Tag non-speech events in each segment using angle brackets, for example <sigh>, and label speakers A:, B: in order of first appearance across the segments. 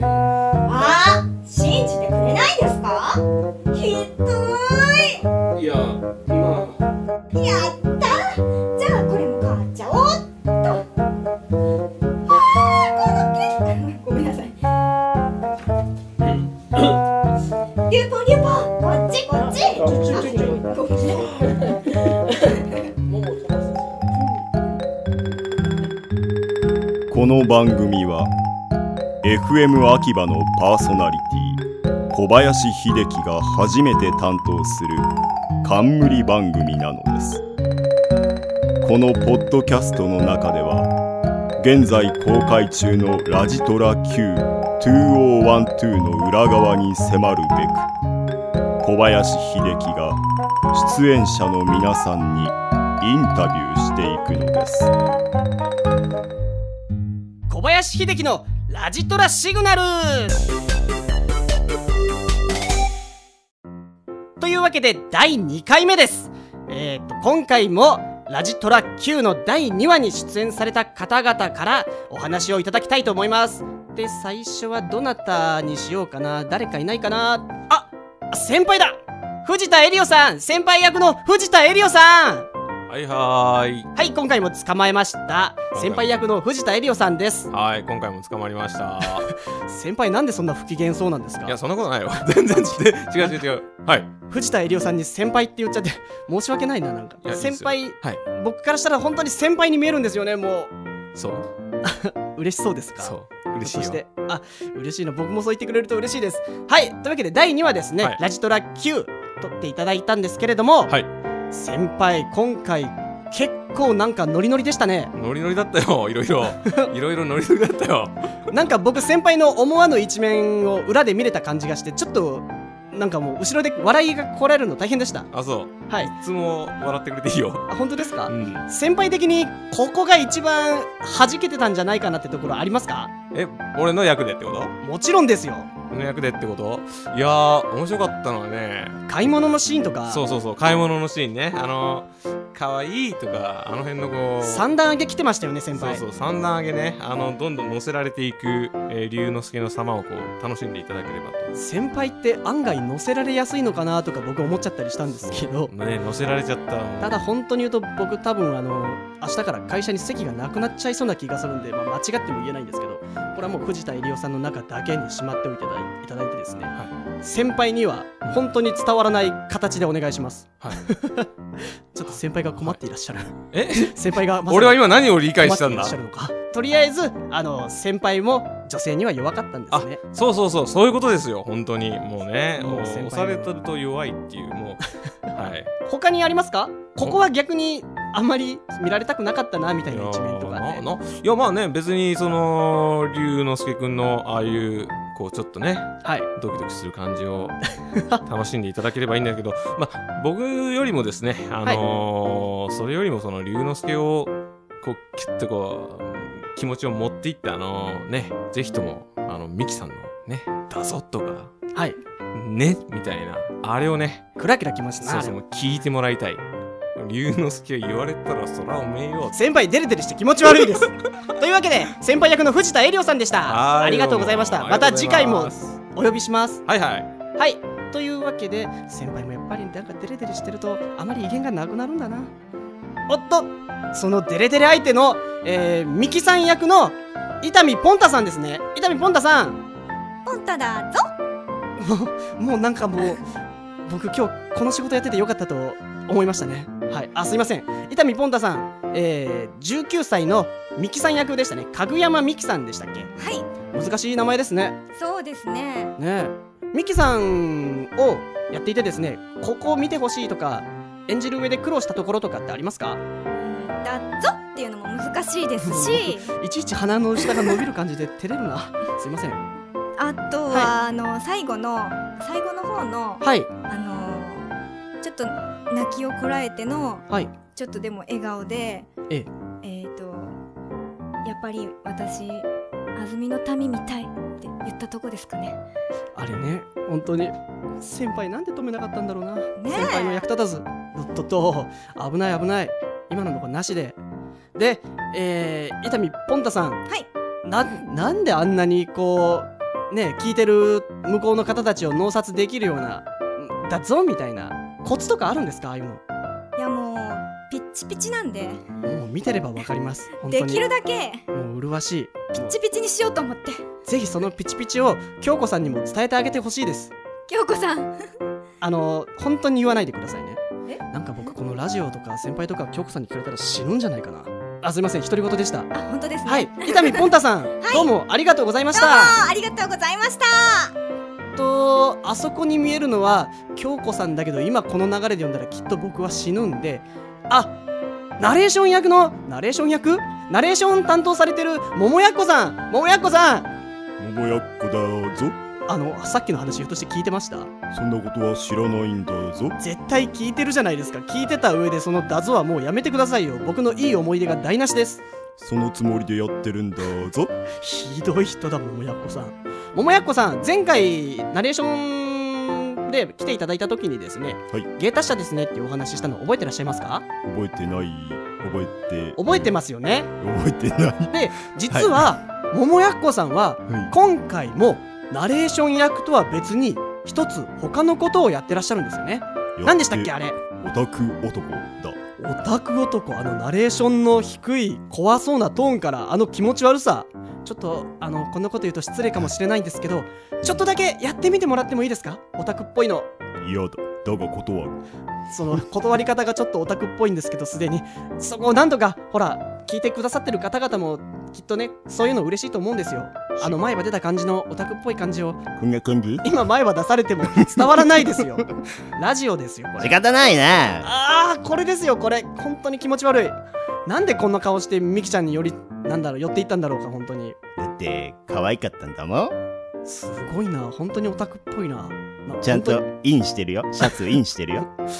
A: あー信じてくれないんですかひど
B: いや、まあ、
A: いやったじゃあこれも買っちゃおうっとあーこの結果ごめんなさいリュウポンリュウポンこっちこっち
C: ちょちょちょちょ
A: あこっちね
C: ももかます
D: この番組は FM 秋葉のパーソナリティ小林秀樹が初めて担当する冠番組なのですこのポッドキャストの中では現在公開中の「ラジトラ Q2012」の裏側に迫るべく小林秀樹が出演者の皆さんにインタビューしていくのです
E: 小林秀樹のラジトラシグナルというわけで第2回目です、えー、と今回もラジトラ Q の第2話に出演された方々からお話をいただきたいと思いますで最初はどなたにしようかな誰かいないかなあ先輩だ藤田エリオさん先輩役の藤田エリオさん
F: はいはーい。
E: はい今回も捕まえました先輩役の藤田エリオさんです
F: はい、今回も捕まりました。
E: 先輩なんでそんな不機嫌そうなんですか
F: いや、そんなことないわ。 <laughs> 全然違う違う違う違う。はい。
E: 藤田エリオさんに先輩って言っちゃって申し訳ないななんか
F: いやいいですよ
E: 先輩
F: はい。
E: 僕からしたら本当に先輩に見えるんですよねも
F: そう。
E: う嬉しそうですか
F: そう。嬉しい
E: そ
F: よ。
E: してあ嬉しいな僕もそう言ってくれると嬉しいですはいというわけで第2話ですね、
F: はい
E: ラジトラ Q 撮っていただいたんですけれども、
F: はい
E: 先輩今回結構なんかノリノリでしたね
F: ノリノリだったよ。い <laughs> ろい
E: <laughs>
F: ろ。いろいろノリノリだったよ。
E: なんか僕先輩の思わぬ一面を裏で見れた感じがしてちょっとなんかもう後ろで笑いがこらえるの大変でした
F: あ、そう。
E: はい
F: いつも笑ってくれていいよ。
E: あ本当ですか、
F: うん。
E: 先輩的にここが一番弾けてたんじゃないかなってところありますか
F: え、俺の役でってこと
E: もちろんですよ
F: 俺の役でってこといやー、面白かったのはね。
E: 買い物のシーンとか
F: そうそうそう。買い物のシーンね。あの、かわいいとか、あの辺のこう。
E: 三段上げ来てましたよね先輩
F: そうそう三段上げねあのどんどん乗せられていく、えー、龍之介の様をこう楽しんでいただければ
E: 先輩って案外乗せられやすいのかなとか僕思っちゃったりしたんですけど
F: とね乗せられちゃった
E: ただ本当に言うと僕多分あの明日から会社に席がなくなっちゃいそうな気がするんで、まあ、間違っても言えないんですけどこれはもう藤田入雄さんの中だけにしまっておいていただいいただいてですね、先輩には本当に伝わらない形でお願いします、
F: はい
E: <laughs> ちょっと先輩が困っていらっしゃる
F: え
E: 先輩がまさか
F: 俺は今何を理解したん
E: 困
F: だ
E: っていらっしゃるのかとりあえずあの先輩も女性には弱かったんですね
F: そうそうそうそういうことですよ本当にもうね
E: もう
F: お
E: 先輩の
F: 押されてると弱いっていうも
E: <laughs>
F: うはい
E: 他にありますかここは逆にあんまり見られたくなかったなみたい
F: い
E: な
F: や
E: 一面とか
F: ー
E: ね
F: なないやまあね別にその龍之介くんのああいうこうちょっとね
E: はい
F: ドキドキする感じを楽しんでいただければいいんだけど、 <laughs> まあ、僕よりもですね、あのーそれよりもその龍之介をこうきっとこう気持ちを持っていってあのーねぜひともあのミキさんのね「だぞ」とか
E: はい
F: 「ね」みたいなあれをね
E: クラキラきましたな
F: そうそう聞いてもらいたい龍之介言われたらそらおめえよ
E: 先輩デレデレして気持ち悪いです <laughs> というわけで先輩役の藤田エリオさんでした
F: はーい
E: ありがとうございました
F: どうも
E: また次回
F: あり
E: も
F: がとうございます
E: お呼びします
F: はいはい
E: はいというわけで先輩もやっぱりなんかデレデレしてるとあまり威厳がなくなるんだなおっとそのデレデレ相手の、えー、ミキさん役の伊丹ポンタさんですね伊丹ポンタさん
A: ポンタだぞ
E: もうなんかもう僕今日この仕事やっててよかったと思いましたねはいあすいません伊丹ポンタさん、えー、19歳のミキさん役でしたねかぐやまみきさんでしたっけ
A: はい
E: 難しい名前ですね
A: そうですね
E: ねえミキさんをやっていてですねここを見てほしいとか演じる上で苦労したところとかってありますか
A: うんだぞっていうのも難しいですし
E: いちいち鼻の下が伸びる感じで照れるな <laughs> すいませんは
A: あとは、
E: は
A: あの最後の最後の方の
E: い
A: あのちょっと泣きをこらえての
E: はい
A: ちょっとでも笑顔で
E: ええ
A: えーとやっぱり私安曇の民みたいって言ったとこですかね
E: あれね本当に先輩なんで止めなかったんだろうな、
A: え
E: 先輩の役立たずおっとっと危ない危ない今のとこなしでで、えー、伊丹ポンタさん
A: はい
E: ななんであんなにこうね聞いてる向こうの方たちを脳殺できるようなうんだぞみたいなコツとかあるんですかああいうの
A: いやもうピッチピチなんで
E: もう見てればわかります本当
A: で
E: に
A: きるだけ
E: もう麗しい
A: ピッチピチにしようと思って
E: ぜひそのピチピチを京子さんにも伝えてあげてほしいです
A: 京子さん
E: あの本当に言わないでくださいね
A: え
E: なんか僕このラジオとか先輩とか京子さんに聞かれたら死ぬんじゃないかなあすいません独り言でした
A: あ本当ですね <laughs>
E: はい伊丹ポンタさん、どうもありがとうございました
A: あありがとうございました
E: えっとあそこに見えるのは京子さんだけど今この流れで読んだらきっと僕は死ぬんであナレーション役のナレーション役ナレーション担当されてる桃やっこさん桃やっこさん
D: 桃やっこだぞ
E: あのさっきの話ひょっとして聞いてました
D: そんなことは知らないんだぞ
E: 絶対聞いてるじゃないですか聞いてた上でそのダゾはもうやめてくださいよ僕のいい思い出が台無しです
D: そのつもりでやってるんだぞ
E: ひどい人だももやっこさんももやっこさん前回ナレーションで来ていただいた時にですね、
D: はい
E: 芸達者ですねっていうお話ししたの覚えてらっしゃいますか
D: 覚えてない覚えて
E: 覚えてますよね
D: 覚えてない
E: で実は、ももやっこさんは
D: は
E: 今回もナレーション役とは別に一つ他のことをやってらっしゃるんですよね <laughs>
D: い
E: 何でしたっけ
D: や
E: あれ
D: てオタク男だ
E: オタク男あのナレーションの低い怖そうなトーンからあの気持ち悪さちょっとあのこんなこと言うと失礼かもしれないんですけどちょっとだけやってみてもらってもいいですかオタクっぽいの
D: 嫌だだが断る
E: その断り方がちょっとオタクっぽいんですけどすでにそこをなんとかほら聞いてくださってる方々もきっとねそういうの嬉しいと思うんですよあの前歯出た感じのオタクっぽい感じを
D: こんな感じ
E: 今前歯出されても伝わらないですよラジオですよこれ
G: 方ないな
E: ああこれですよこれ本当に気持ち悪いなんでこんな顔してミキちゃんによりなんだろう寄っていったんだろうか本当に
G: だって可愛かったんだもん
E: すごいな本当にオタクっぽいな、まあ
G: ちゃんと
E: 本
G: インしてるよシャツインしてるよ
E: 当に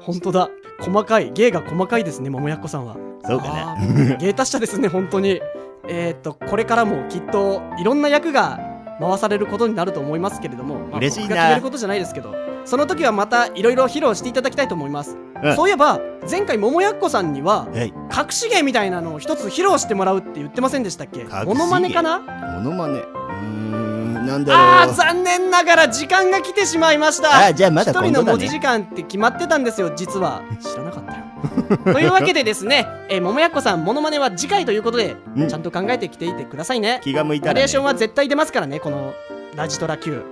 E: 本当だ細かい芸が細かいですね桃やっこさんは
G: そうかな
E: あ
G: <laughs>
E: ー芸達者ですね本当にえーっとこれからもきっといろんな役が回されることになると思いますけれども、まあ
G: 嬉しいな
E: 僕が決めることじゃないですけどその時はまたいろいろ披露していただきたいと思います、
G: うん
E: そういえば前回桃やっこさんには
G: はい
E: 隠し芸みたいなのを一つ披露してもらうって言ってませんでしたっけ
G: し芸
E: モノマネかな
G: モノマネうーんなんだ
E: あ
G: ろう
E: ー残念ながら時間が来てしまいました
G: あーじゃあまだ
E: 一
G: 今
E: 人
G: 度
E: の
G: だ
E: 持ち時
G: ね
E: 間って決まってたんですよ実は知らなかったよ <laughs> というわけでですね、えー、桃やっこさんモノマネは次回ということで、
G: うん
E: ちゃんと考えてきていてくださいね
G: 気が向いた
E: ナ
G: ら、
E: レ
G: ね、
E: ーションは絶対出ますからねこのラジトラ Q、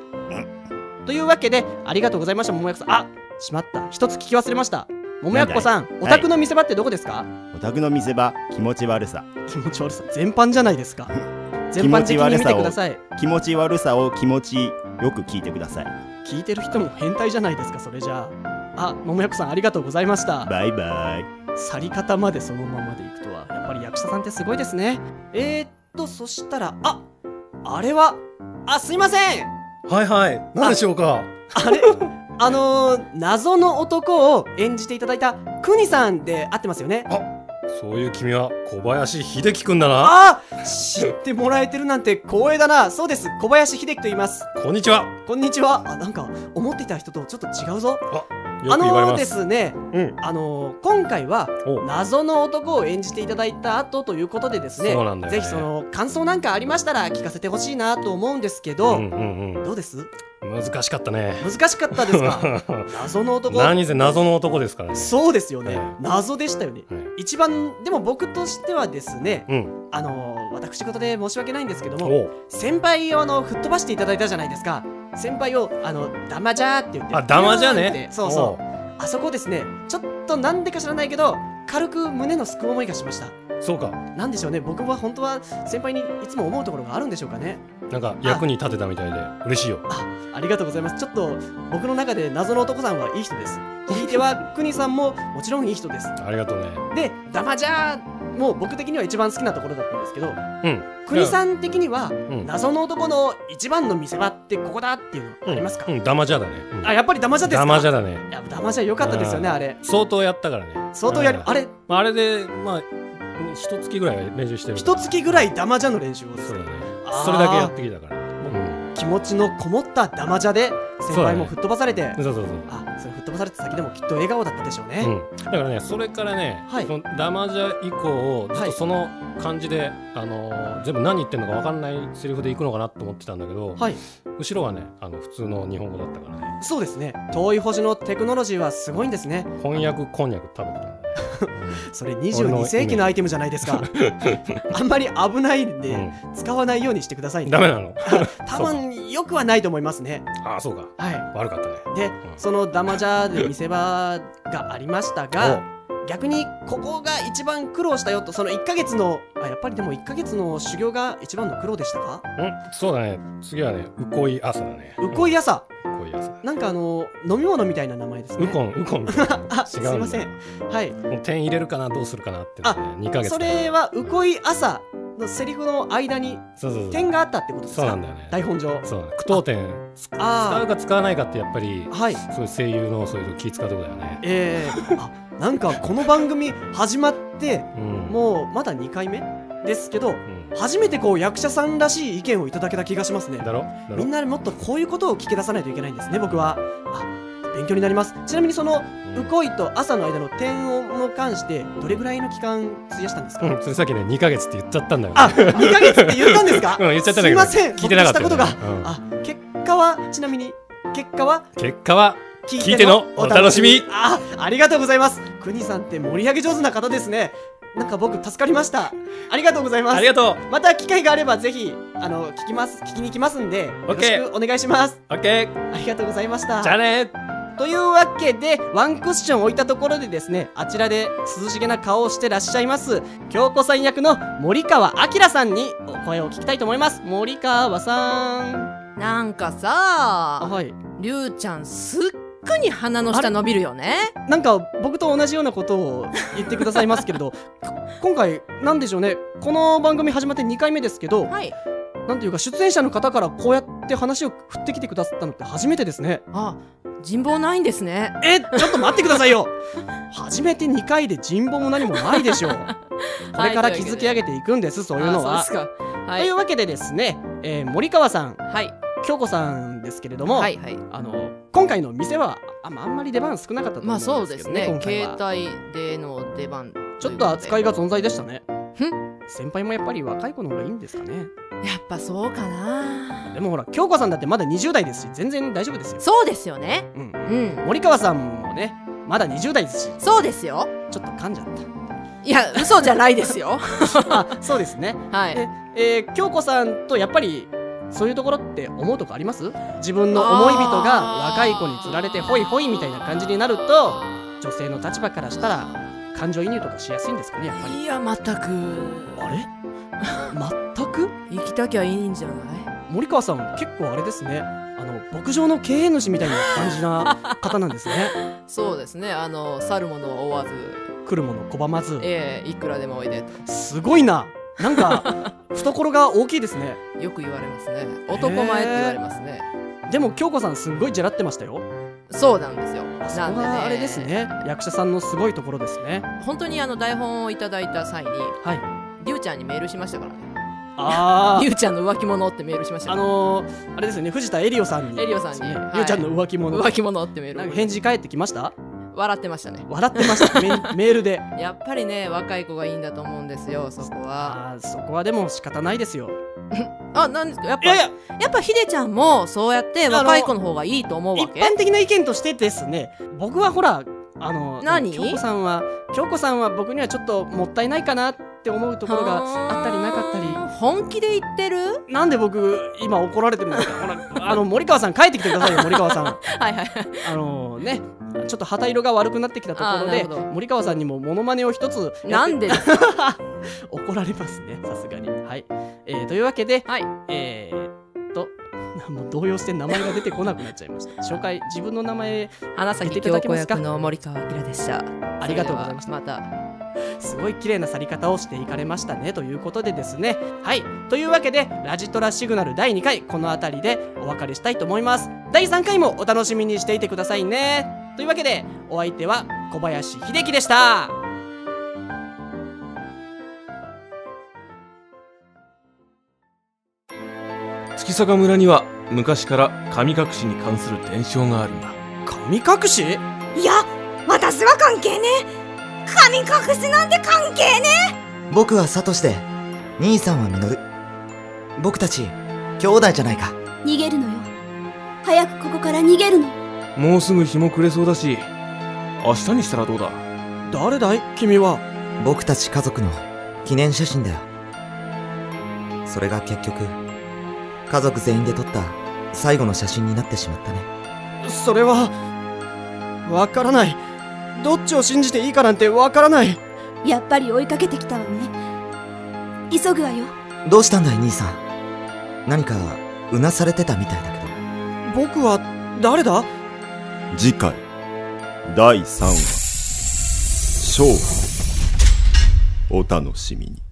E: というわけでありがとうございました桃やっこさんあしまった一つ聞き忘れました桃やっこさんお
G: いはい
E: 宅の見せ場ってどこですか、
G: お宅の見せ場気持ち悪さ
E: 気持ち悪さ全般じゃな
G: <laughs>
E: いですか全般的に見てください
G: 気持ち悪さを気持ちよく聞いてください
E: 聞いてる人も変態じゃないですかそれじゃああ桃やこさんありがとうございました
G: バイバイ
E: 去り方までそのままでいくとはやっぱり役者さんってすごいですねえー、っとそしたらああれはあすいません
H: はいはい。何でしょうか
E: あれあのー、謎の男を演じていただいたくにさんで合ってますよね
H: そういう君は小林秀樹くんだな。
E: あ知ってもらえてるなんて光栄だなそうです小林秀樹と言います
H: こんにちは。
E: こんにちはあなんか思っていた人とちょっと違うぞ
H: よ
E: あ
H: く言われ
E: のー
H: ま。
E: ですすね、
H: うん
E: あのー今回は
H: お
E: 謎の男を演じていただいた後ということでですね
H: そうなんだよね
E: ぜひその感想なんかありましたら聞かせてほしいなと思うんですけど、
H: うんうん
E: どうです
H: うん。難しかったね。
E: 難しかったです
H: <laughs>
E: か謎の男
H: 何せ謎の男ですからね。
E: そうですよね、
H: え
E: 謎でしたよね
H: え
E: 一番でも僕としてはですね
H: えうん。
E: あのー私事で申し訳ないんですけども
H: おう
E: 先輩をあの吹っ飛ばしていただいたじゃないですか先輩をあの「ダマじゃ」って言って
H: あ、ダマじゃ
E: ピューンっ
H: ね
E: て。そうそうあそこですねちょっとなんでか知らないけど軽く胸のすく思いがしました
H: う。そうか。
E: なんでしょうね僕は本当は先輩にいつも思うところがあるんでしょうかね
H: なんか役に立てたみたいで嬉しいよ。
E: ありがとうございますちょっと僕の中で謎の男さんはいい人です聞いては国さんももちろんいい人です
H: ありがとうね。
E: で「ダマじゃー」もう僕的には一番好きなところだったんですけど
H: うん。
E: 国さん的には
H: うん。
E: 謎の男の一番の見せ場ってここだっていうのありますか、
H: うん、ダマじゃだね。うん
E: あやっぱりダマじゃですか
H: ダマじゃ
E: ゃ
H: だね。
E: いやダマじゃ良かったですよねあれ
H: 相当やったからね。
E: 相当やり
H: うん
E: あれ
H: まあ、あれで、まあ、一月ぐらい練習してる。
E: 一月ぐらいダマじゃの練習をです
H: そう
E: ね
H: だね
E: あー。
H: それだけやってきたから。うん。
E: 気持ちのこもったダマじゃで先輩も吹っ飛ばされて、
H: そうそうそう
E: あそれ吹っ飛ばされた先でもきっと笑顔だったでしょうね、
H: うん、だからねそれからね、
E: はい
H: そのダマジャ以降ずっ
E: はい
H: とその感じで、あのー全部何言ってんのか分かんないセリフでいくのかなと思ってたんだけど、
E: はい
H: 後ろはねあの普通の日本語だったからね
E: そうですね遠い星のテクノロジーはすごいんですね
H: 翻訳こんにゃく食べてたんだね
E: それ
H: 俺のイメ
E: 22
H: ージ
E: 世紀のアイテムじゃないですか <laughs> あんまり危ないんで使わないようにしてください
H: うん、
E: ね
H: ダメ
E: <laughs>
H: なの
E: 多分よくはないと思いますね
H: ああそうか
E: は
H: 悪かったね
E: いで
H: うん
E: そのダマジャーで見せ場がありましたが逆にここが一番苦労したよとその1ヶ月のあやっぱりでも1ヶ月の修行が一番の苦労でしたか
H: うんそうだね次はねうこい朝だね
E: うこい朝
H: うんうこい朝
E: なんかあの飲み物みたいな名前ですね
H: ウコンウコン
E: あ <laughs> す
H: 違
E: いう
H: だ
E: ませんはい
H: もう点入れるかなどうするかなってね2ヶ月
E: それは「うこい朝」のセリフの間に
H: そうそうそう
E: 点があったってことですか
H: そうなんだよね
E: 台本上
H: そう句読点使
E: あ
H: うか使わないかってやっぱり
E: あはい
H: そういう声優のそういうの気使うとこだよね。
E: えー、あなんかこの番組始まって
H: うん
E: もうまだ2回目ですけど
H: うん
E: 初めてこう役者さんらしい意見をいただけた気がしますね
H: だろだ
E: みん
H: ろ
E: なもっとこういうことを聞き出さないといけないんですね僕はあ勉強になりますちなみにその「うこい」と「朝」の間の点をも関してどれぐらいの期間費やしたんですか、
H: うん、それさっきね2ヶ月って言っちゃったんだよね。
E: あ、2ヶ月って言ったんですか
H: <laughs> うん言っちゃったんだけど
E: すいません、
H: 聞いてなかった
E: 僕
H: よね
E: のしたことが、あ、結果は、ちなみに、結果は、
H: 結果は聞いてのお楽しみ
E: あ、ありがとうございますくにさんって盛り上げ上手な方ですねなんか僕助かりましたありがとうございます
H: ありがとう
E: また機会があればぜひ、あの、聞きます、聞きに行きますんで、よろし
H: OK
E: くお願いします
H: !OK!
E: ありがとうございました
H: じゃあね
E: というわけでワンクッション置いたところでですねあちらで涼しげな顔をしてらっしゃいます京子さん役の森川明さんにお声を聞きたいと思います森川さん
I: なんか
E: あ
I: さ
E: はい
I: りゅうちゃんすっごに鼻の下伸びるよね
E: なんか僕と同じようなことを言ってくださいますけれどこ今回なんでしょうねこの番組始まって2回目ですけど、
I: はい
E: なんていうか出演者の方からこうやって話を振ってきてくださったのって初めてですね
I: あ人望ないんですね
E: えちょっと待ってくださいよ初めて2回で人望も何もないで
I: <laughs>
E: しょうこれから築き上げていくんです、そういうのは
I: あそうですかは
E: とい
I: いう
E: わけでですね、えー森川さん
I: はい
E: 京子さんですけれども、
I: はいはい
E: あの今回の店はあまああんまり出番少なかったと
I: ま
E: 思
I: あ
E: う
I: そ
E: ん
I: う
E: で
I: ですす
E: けどね,、
I: ね
E: 今回
I: 携
E: は
I: 帯での出番
E: ちょっと扱い
I: が
E: が存在でしたね先輩もやっぱり若い子の方がいいんですかね
I: やっぱそうかな
E: でもほら京子さんだってまだ20代ですし全然大丈夫ですよ、
I: そうですよね
E: うん、
I: うん
E: 森川さんもねまだ20代ですし
I: そうですよ
E: ちょっと噛んじゃっ
I: いや嘘じゃないです
E: <laughs>
I: よ
E: たあそうですね
I: はい
E: えー京子さんとやっぱりそういうところって思うとこあります自分の思い人が若い子につられてホイホイみたいな感じになると女性の立場からしたら感情移入とかしやすいんですかねやっぱり
I: いや全く
E: あれ全く
I: 行きたきゃいいんじゃない
E: 森川さん結構あれですねあの牧場の経営主みたいな感じな方なんですね <laughs>
I: そうですねあの去るものを追わず
E: 来るもの拒まず
I: ええいくらでもおいでと
E: すごいななんか懐が大きいですね
I: よく言われますね男前って言われますね、
E: でも京子さんすんごいじゃらってましたよ
I: そうなんですよ
E: あそ
I: な
E: こ
I: んでね
E: があれですね役者さんのすごいところですね
I: 本当にあの台本をいただいた際に
E: はい
I: りゅうちゃんにメールしましたからね <laughs>
E: あ
I: りゅ
E: ー
I: うちゃんの浮気者ってメールしました
E: あ
I: よ
E: のー、あれですよね藤田エリオさんに
I: エリオさんに
E: ですね
I: はい
E: りょうちゃんの浮気者
I: 浮気者ってメ
E: なん
I: ール
E: か返事返ってきました
I: 笑ってましたね
E: 笑ってました
I: <laughs>
E: メメールで
I: やっぱりね若い子がいいんだと思うんですよそこは
E: あーそこはでも仕方ないですよ
I: あなんですかやっ
E: い
I: ぱ
E: やい
I: や
E: や
I: っぱひでちゃんもそうやって若い子の方がいいと思う
E: 一
I: わけ
E: 般的な意見としてですね僕はほらあの
I: 何
E: 京子さんは京子さんは僕にはちょっともったいないかなって思うところがあったりなかったり
I: り本気で言ってる
E: なんで僕今怒られてるんですかほらあの森川さん帰ってきてくださいよ森川さん
I: はいはい
E: あのね、ちょっと旗色が悪くなってきたところで
I: あーなるほど
E: 森川さんにもモノマネを一つやって
I: なんでです
E: <laughs> 怒られますねさすがにはい、えー、というわけで
I: はい
E: えー、っと <laughs> なもう動揺して名前が出てこなくなっちゃいま
I: <laughs>
E: した紹介自分の名前
I: 花咲京子役の森川明でした
E: ありがとうございました
I: また
E: すごい綺麗な去り方をしていかれましたねということでですねはいというわけでラジトラシグナル第2回この辺りでお別れしたいと思います第3回もお楽しみにしていてくださいねというわけでお相手は小林秀樹でした
F: 月坂村には昔から神隠しに関する伝承があるんだ
E: 神隠し
A: いや私は関係ねえ神隠しなんて関係ね
J: 僕はサトシで兄さんはミノル僕たち兄弟じゃないか
K: 逃げるのよ早くここから逃げるの
F: もうすぐ日も暮れそうだし明日にしたらどうだ
E: 誰だい君は
J: 僕たち家族の記念写真だよそれが結局家族全員で撮った最後の写真になってしまったね
E: それはわからないどっちを信じていいかなんてわからない
K: やっぱり追いかけてきたわね急ぐわよ
J: どうしたんだい兄さん何かうなされてたみたいだけど
E: 僕は誰だ
D: 次回第3話「勝負」お楽しみに。